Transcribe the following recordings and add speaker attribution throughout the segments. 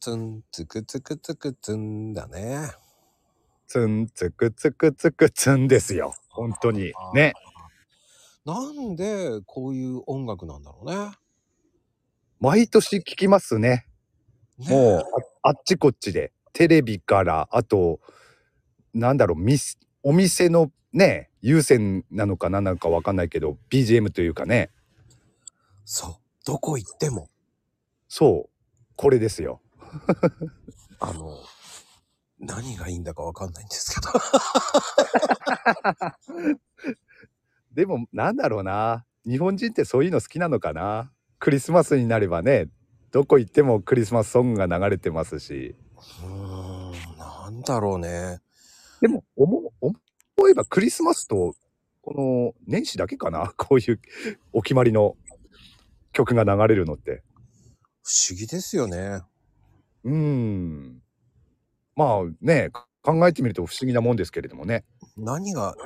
Speaker 1: ツン、ツクツクツクツンだね。
Speaker 2: ツンツクツクツクツンですよ。本当に。ね。
Speaker 1: なんでこういう音楽なんだろうね。
Speaker 2: 毎年聞きますね。
Speaker 1: ね
Speaker 2: もうああっちこっちで。テレビから、あと、なんだろう、みすお店のね、有線なのか何なのかわかんないけど、BGM というかね、
Speaker 1: そう。どこ行っても、
Speaker 2: そう、これですよ。
Speaker 1: あの、何がいいんだかわかんないんですけど。
Speaker 2: でも、なんだろうな。日本人ってそういうの好きなのかな。クリスマスになればね、どこ行ってもクリスマスソングが流れてますし。
Speaker 1: うーん、なんだろうね。
Speaker 2: でも思う、思えばクリスマスと、この年始だけかな。 こういうお決まりの曲が流れるのって。
Speaker 1: 不思議ですよね。
Speaker 2: うーん。まあね、考えてみると不思議なもんですけれどもね。
Speaker 1: 何が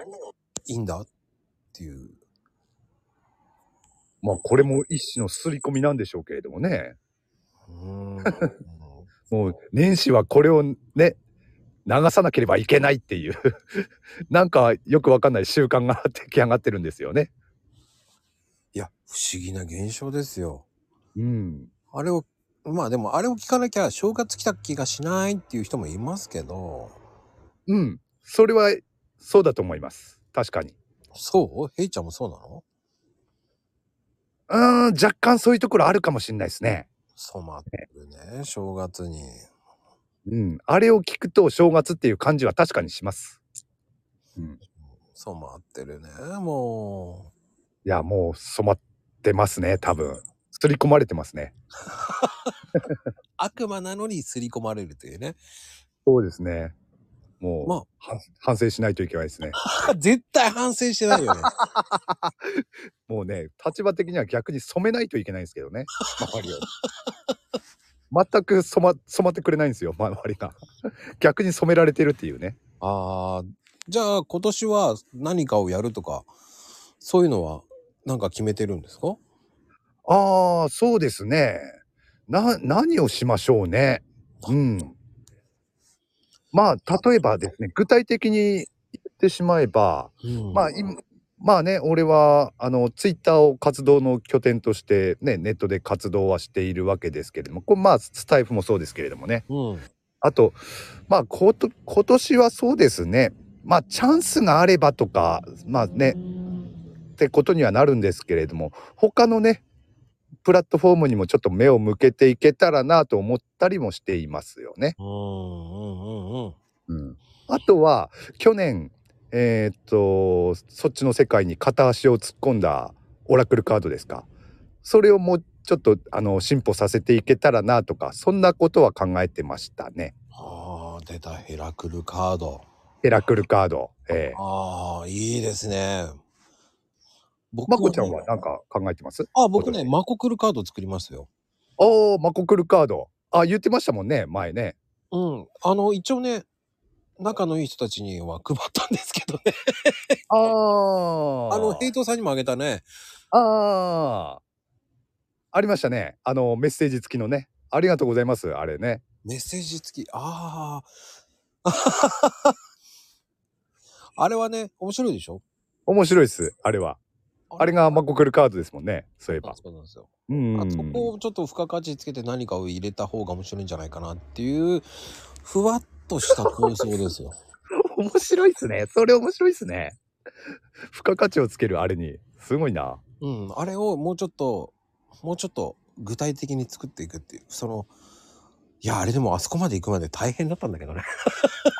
Speaker 1: いいんだっていう。
Speaker 2: まあこれも一種の刷り込みなんでしょうけれどもね。
Speaker 1: う ーん
Speaker 2: もう年始はこれをね、流さなければいけないっていう、 なんかよくわかんない習慣が 出来上がってるんですよね。
Speaker 1: いや、不思議な現象ですよ。
Speaker 2: うん。
Speaker 1: あれを、まあでもあれを聞かなきゃ正月来た気がしないっていう人もいますけど、
Speaker 2: うん。それはそうだと思います。確かに。
Speaker 1: そうヘイちゃんもそうなの
Speaker 2: うーん、若干そういうところあるかもしれないですね。
Speaker 1: 染まってるね、正月に。
Speaker 2: うん。あれを聞くと正月っていう感じは確かにします。うん。
Speaker 1: 染まってるね、も
Speaker 2: いや、もう染まってますね、多分。刷り込まれてますね。
Speaker 1: う。悪魔なのに刷り込まれるというね。
Speaker 2: そうですね。もう、
Speaker 1: ま
Speaker 2: は反省しないといけないですね。
Speaker 1: あ、絶対反省してないよね。
Speaker 2: もうね、立場的には逆に染めないといけないんですけどね、周りを。全く染ま染まってくれないんですよ、周りが。逆に染められてるっていうね。
Speaker 1: ああ、じゃあ今年は何かをやるとか、そういうのはなんか決めてるんですか
Speaker 2: ああ、そうですね。な、何をしましょうね。うん。まあ、例えばですね、具体的に言ってしまえば、
Speaker 1: うん
Speaker 2: まあ、今、まあね、俺は、あの、ツイッターを活動の拠点として、ね、ネットで活動はしているわけですけれども、これまあ、スタイフもそうですけれどもね。
Speaker 1: うん。
Speaker 2: あと、まあ、こと、今年はそうですね。まあ、チャンスがあればとか、まあね、ってことにはなるんですけれども、他のね、プラットフォームにもちょっと目を向けていけたらなと思ったりもしていますよね。
Speaker 1: うんうんうんうん。
Speaker 2: うん、あとは、去年、えーっと、そっちの世界に片足を突っ込んだオラクルカードですか。それをもうちょっと、あの、進歩させていけたらなとか、そんなことは考えてましたね。
Speaker 1: ああ、出たヘラクルカード。
Speaker 2: ヘラクルカード。ええ
Speaker 1: ああ、いいですね。僕
Speaker 2: ま
Speaker 1: ね
Speaker 2: こちゃんは何か考えてます
Speaker 1: あ、僕ね、
Speaker 2: 今年
Speaker 1: マコクルカード作りましたよ。
Speaker 2: おー、マコクルカード。あ、言ってましたもんね、前ね。
Speaker 1: うん。あの、一応ね、仲のいい人たちには配ったんですけどね。
Speaker 2: あ
Speaker 1: あ
Speaker 2: ー。
Speaker 1: の、ヘイトさんにもあげたね。
Speaker 2: あー。ありましたね。あの、メッセージ付きのね。ありがとうございます、あれね。
Speaker 1: メッセージ付き。ああ。あれはね、面白いでしょ
Speaker 2: 面白いっす、あれは。あれがマコクルカードですもんね、そういえば。
Speaker 1: そうなんですよ。
Speaker 2: うん。
Speaker 1: あそこをちょっと付加価値つけて何かを入れた方が面白いんじゃないかなっていう、ふわっとした構想です よ。
Speaker 2: 面白いっすね。それ面白いっすね。 付加価値をつけるあれに。すごいな。
Speaker 1: うん、あれをもうちょっと、もうちょっと具体的に作っていくっていう、その、いや、あれでもあそこまで行くまで大変だったんだけどね。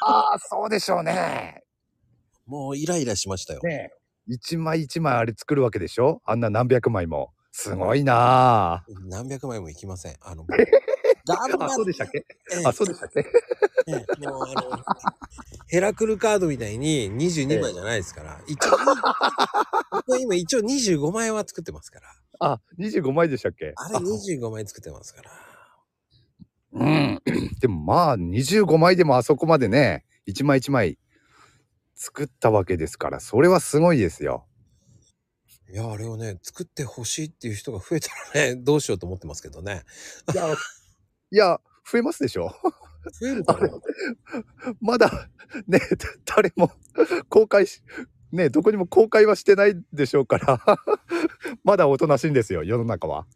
Speaker 2: ああ、そうでしょうね。
Speaker 1: もうイライラしましたよ。
Speaker 2: ね一枚一枚あれ作るわけでしょあんな何百枚も。すごいなあ
Speaker 1: 何百枚も行きません。あ の、頑張
Speaker 2: あ、そうでしたっけ
Speaker 1: っ
Speaker 2: あ、そうでしたっけ
Speaker 1: て、ねもうあの、ヘラクルカードみたいに22枚じゃないですから、一 応、僕は今一応25枚は作ってますから、
Speaker 2: あ、25枚でしたっけ
Speaker 1: あれ25枚作ってますから。
Speaker 2: うん。でもまあ、25枚でもあそこまでね、一枚一枚作ったわけですから、それはすごいですよ。
Speaker 1: いや、あれをね、作ってほしいっていう人が増えたらね、どうしようと思ってますけどね。
Speaker 2: いや、いや、増えますでしょ
Speaker 1: 増えるかな
Speaker 2: まだね誰も 公開しねどこにも公開はしてないでしょうから まだおとなしいんですよ世の中は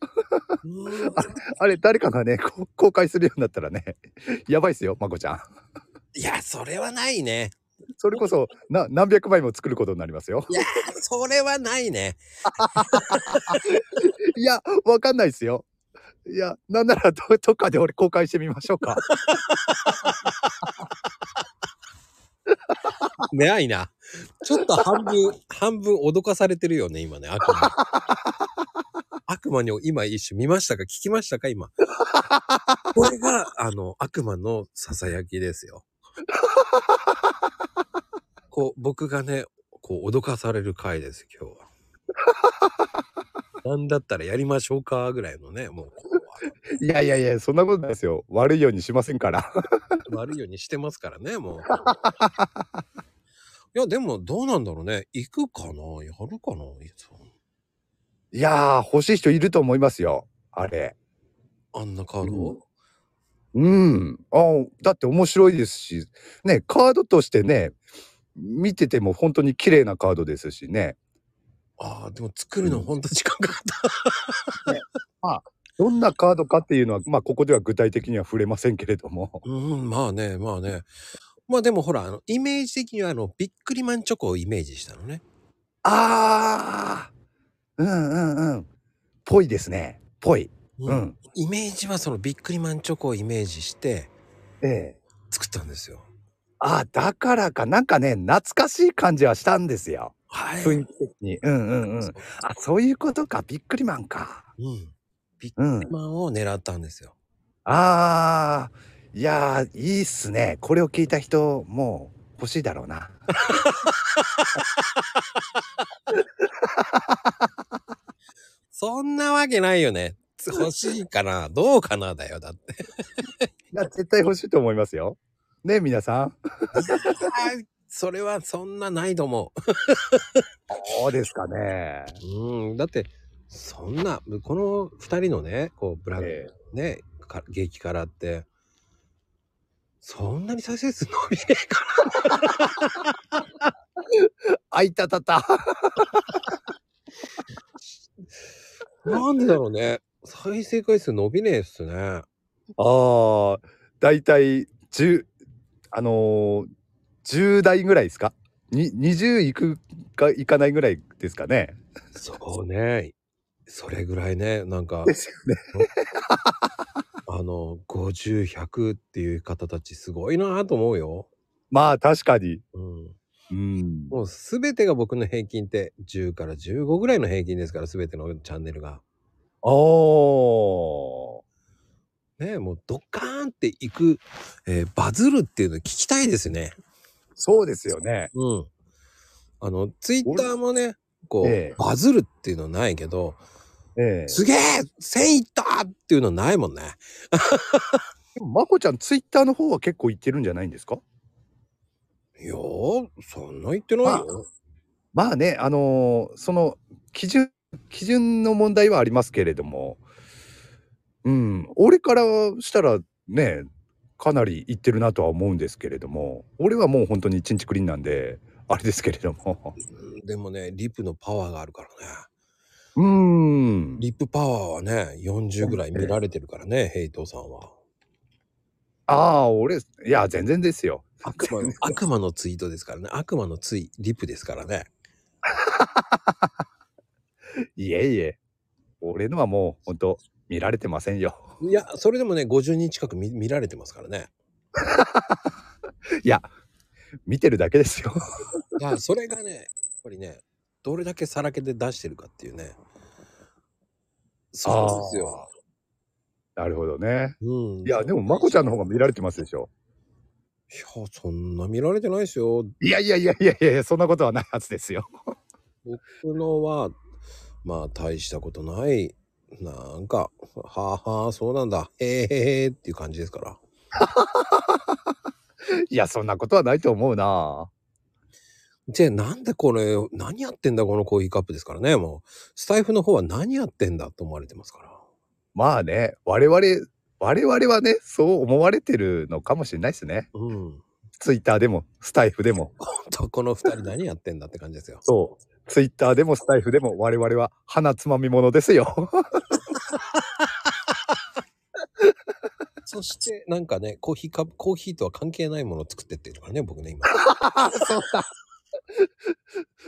Speaker 1: うん
Speaker 2: あれ誰かがねこ公開するようになったらねやばいっすよまこちゃん
Speaker 1: いや、それはないね。
Speaker 2: それこそな何百枚も作ることになりますよ
Speaker 1: それはないね。
Speaker 2: いやわかんないっすよいやなんならどどっかで俺公開してみましょうか
Speaker 1: ないな。ちょっと半分、半分脅かされてるよね、今ね、悪魔 に。悪魔に今一瞬見ましたか聞きましたか今。これが、あの、悪魔のささやきですよ。こう、僕がね、こう、脅かされる回です、今日は。なんだったらやりましょうかぐらいのね、もう、こう
Speaker 2: いやいやいやそんなことないですよ悪いようにしませんから
Speaker 1: 悪いようにしてますからね、もう。 いや、でも、どうなんだろうね。行くかなやるかないつも
Speaker 2: いやー欲しい人いると思いますよあれ
Speaker 1: あんなカードを、
Speaker 2: うん。あだって面白いですし、ね、カードとしてね、見てても本当に綺麗なカードですしね。
Speaker 1: ああ、でも作るのほんと時間かかった。
Speaker 2: どんなカードかっていうのは、まあ、ここでは具体的には触れませんけれども。
Speaker 1: うん、まあね、まあね。まあでもほら、あの、イメージ的にはあの、ビックリマンチョコをイメージしたのね。
Speaker 2: ああうんうんうん。ぽいですね。ぽい。
Speaker 1: う
Speaker 2: う。ん。
Speaker 1: イメージはそのビックリマンチョコをイメージして
Speaker 2: ええ。
Speaker 1: 作ったんですよ。
Speaker 2: あだからか、なんかね、懐かしい感じはしたんですよ。
Speaker 1: はい。
Speaker 2: 雰囲気的に。うんうんうん。あ、そういうことか。びっくりマンか。
Speaker 1: うん。ビック
Speaker 2: うん
Speaker 1: リ。マンを狙ったんですよ。
Speaker 2: ああ、いやー、いいっすね。これを聞いた人、もう欲しいだろうな。
Speaker 1: そんなわけないよね。欲しいかなどうかなだよ。だって。
Speaker 2: いや、絶対欲しいと思いますよ。ねえ、皆さん。
Speaker 1: はい。それはそんなないと思う。
Speaker 2: そうですかね。
Speaker 1: うん、だってそんなこの2人のねこうブラック、
Speaker 2: え
Speaker 1: ねか激辛ってそんなに再生数伸びねえか
Speaker 2: あいたた た。
Speaker 1: らなんでだろうね再生回数伸びねえっすね
Speaker 2: ああ、だいたい10、あのー、10代ぐらいですかに ?20 いくか、いかないぐらいですかね。
Speaker 1: そうねそれぐらいねなんか
Speaker 2: ですよね。
Speaker 1: あの50100っていう方たちすごいなと思うよ、
Speaker 2: まあ、確かに。
Speaker 1: うん、
Speaker 2: うん。
Speaker 1: もう全てが僕の平均って10から15ぐらいの平均ですから全てのチャンネルが
Speaker 2: おー。
Speaker 1: ねもうドッカーンっていく、えーバズるっていうの聞きたいですね。
Speaker 2: そうですよね。
Speaker 1: うん。あの、ツイッターもね、こう、
Speaker 2: ええ
Speaker 1: バズるっていうのはないけど、
Speaker 2: ええ。
Speaker 1: すげえ !1000 いったっていうのはないもんね。
Speaker 2: でもまこちゃん、ツイッターの方は結構いってるんじゃないんですか
Speaker 1: いやー、そんな言ってないよ。
Speaker 2: まあね、あのーその基準、基準の問題はありますけれども、うん、俺からしたらね、かなりいってるなとは思うんですけれども、俺はもう本当にチンチクリンなんで、あれですけれども。
Speaker 1: うんでもね、リップのパワーがあるからね。
Speaker 2: うーん。
Speaker 1: リップパワーはね、40ぐらい見られてるからね、ヘイトさんは。
Speaker 2: ああ、俺、いや、全然ですよ。
Speaker 1: 悪魔の、悪魔のツイートですからね。悪魔のツイ、リップですからね。
Speaker 2: いえいえ、俺のはもう本当、見られてませんよ。
Speaker 1: いや、それでもね、50人近く見見られてますからね。
Speaker 2: 見てるだけで すよ。
Speaker 1: だからそれがねやっぱりねどれだけさらけで出してるかっていうねそうなんですよ。
Speaker 2: なるほどね。
Speaker 1: うん、
Speaker 2: いや、でも、まこちゃんの方が見られてますでしょ。
Speaker 1: いやそんな見られてないですよ
Speaker 2: いやいやいやいやいや、そんなことはないはずです よ。
Speaker 1: 僕のはまあ大したことないなんか「はあはあそうなんだへえへえ」っていう感じですから
Speaker 2: いや、そんなことはないと思うな。
Speaker 1: じゃあなんでこれ何やってんだこのコーヒーカップですからねもうスタイフの方は何やってんだと思われてますから
Speaker 2: まあね、我々我々はね、そう思われてるのかもしれないですね。
Speaker 1: うん。
Speaker 2: ツイッターでも、スタイフでも。
Speaker 1: ほんと、この二人何やってんだって感じですよ。
Speaker 2: そう。ツイッターでもスタイフでも我々は鼻つまみものですよ。
Speaker 1: そして、なんかね、コーヒーか、コーヒーとは関係ないものを作ってってるからね、僕ね、今。
Speaker 2: そうだ。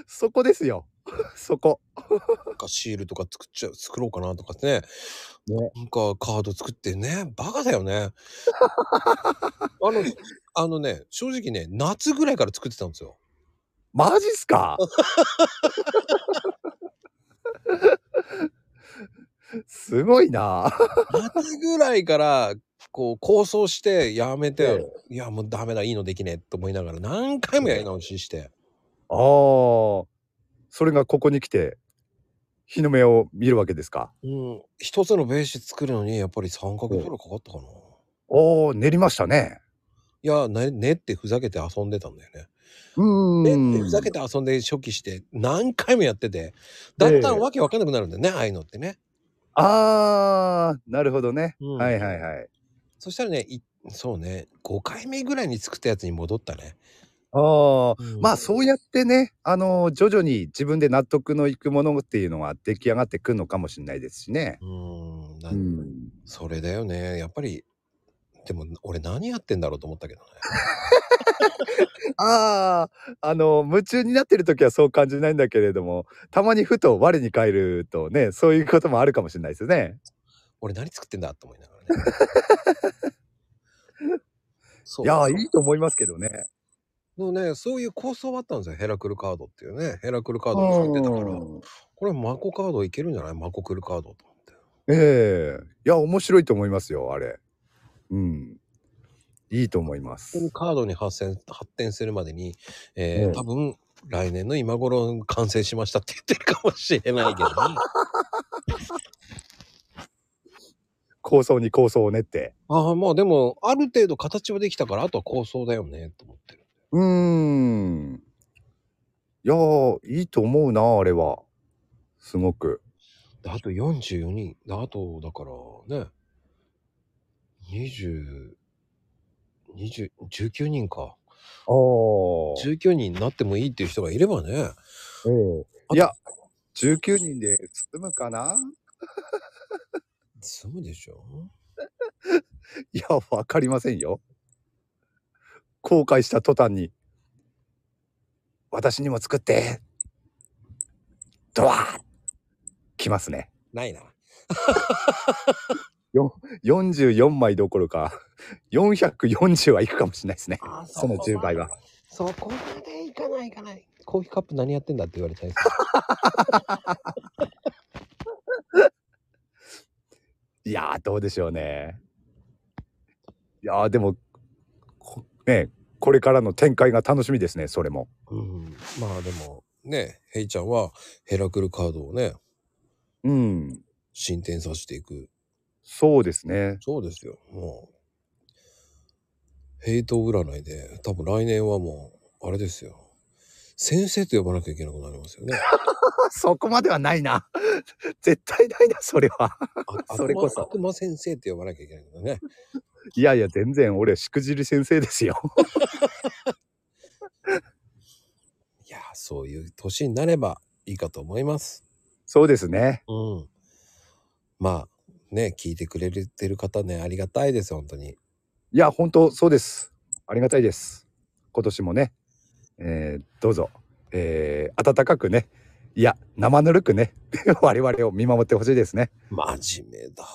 Speaker 2: そこですよ。 そこ。
Speaker 1: なんかシールとか作っちゃう、作ろうかなとかね。
Speaker 2: ね
Speaker 1: なんかカード作ってね、バカだよね。 あの、あのね、正直ね、夏ぐらいから作ってたんですよ。
Speaker 2: マジっ すかすごいな。
Speaker 1: 夏ぐらいから、こう、構想して、やめて、いや、もうダメだ、いいのできねえと思いながら、何回もやり直しして。
Speaker 2: ああー、それがここに来て、日の目を見るわけですか。
Speaker 1: うん、一つのベース作るのに、やっぱり3ヶ月ぐらいかかったかな。
Speaker 2: おお、練りましたね。
Speaker 1: いや、ね、ねってふざけて遊んでたんだよね。
Speaker 2: うー
Speaker 1: ね
Speaker 2: ん。
Speaker 1: ってふざけて遊んで初期して何回もやっててだんだんわけわかんなくなるんだよね、ああいうのってね、
Speaker 2: ああ、なるほどね。
Speaker 1: うん
Speaker 2: はいはいはい。
Speaker 1: そしたらねいそうね5回目ぐらいに作ったやつに戻ったね、
Speaker 2: ああ、まあ
Speaker 1: う
Speaker 2: そうやってね、あの徐々に自分で納得のいくものっていうのは出来上がってくるのかもしれないですしね。
Speaker 1: うんだ
Speaker 2: うん。
Speaker 1: それだよねやっぱりでも俺何やってんだろうと思ったけどね
Speaker 2: ああ、あの夢中になってる時はそう感じないんだけれども、たまにふと我に返るとね、そういうこともあるかもしれないですね。
Speaker 1: 俺何作ってんだと思いながらね そう
Speaker 2: いやー、いいと思いますけどね。
Speaker 1: もうねそういう構想はあったんですよヘラクルカードっていうねヘラクルカードを作ってたから
Speaker 2: うん
Speaker 1: これマコカードいけるんじゃないマコクルカードと思って
Speaker 2: ええいや、面白いと思いますよ、あれ。うん。いいと思いま
Speaker 1: 本当に
Speaker 2: す。
Speaker 1: カードに発展発展するまでに、えー
Speaker 2: うん
Speaker 1: 多分来年の今頃完成しましたって言ってるかもしれないけどね。
Speaker 2: 構想に構想を練って。
Speaker 1: ああまあでもある程度形はできたからあとは構想だよねと思ってる。
Speaker 2: うーん。いやー、いいと思うな、あれは。すごく。
Speaker 1: であと44人であとだからね20 20 19人か
Speaker 2: ああ。
Speaker 1: 19人になってもいいっていう人がいればね
Speaker 2: いや、19人で済むかな
Speaker 1: 済むでしょ
Speaker 2: いや、わかりませんよ。後悔した途端に、私にも作って、ドワーッ来ますね。
Speaker 1: ないな。
Speaker 2: 44枚どころか、440はいくかもしれないですね。
Speaker 1: あ
Speaker 2: その10倍は。。
Speaker 1: そこまでいかないいかない。コーヒーカップ何やってんだって言われたいです。
Speaker 2: いやー、どうでしょうね。いやー、でも、こね、これからの展開が楽しみですね、それも。
Speaker 1: うん、まあでもねヘイちゃんはヘラクルカードをね
Speaker 2: うん、
Speaker 1: 進展させていく
Speaker 2: そうですね。
Speaker 1: そうですよもうヘイト占いで多分来年はもうあれですよ先生と呼ばなきゃいけなくなりますよ ね
Speaker 2: そこまではないな。絶対ないな、それは。
Speaker 1: あ
Speaker 2: それこそ
Speaker 1: 悪魔悪魔先生って呼ばなきゃいけないからね
Speaker 2: いやいや、全然俺、しくじり先生ですよ。
Speaker 1: いやそういう年になればいいかと思います
Speaker 2: そうですね。
Speaker 1: うんまあね聞いてくれてる方ねありがたいです本当に
Speaker 2: いや、本当そうです。ありがたいです。今年もね、えーどうぞ、えー温かくね、いや、生ぬる くね、我々を見守ってほしいですね。
Speaker 1: 真面目だわ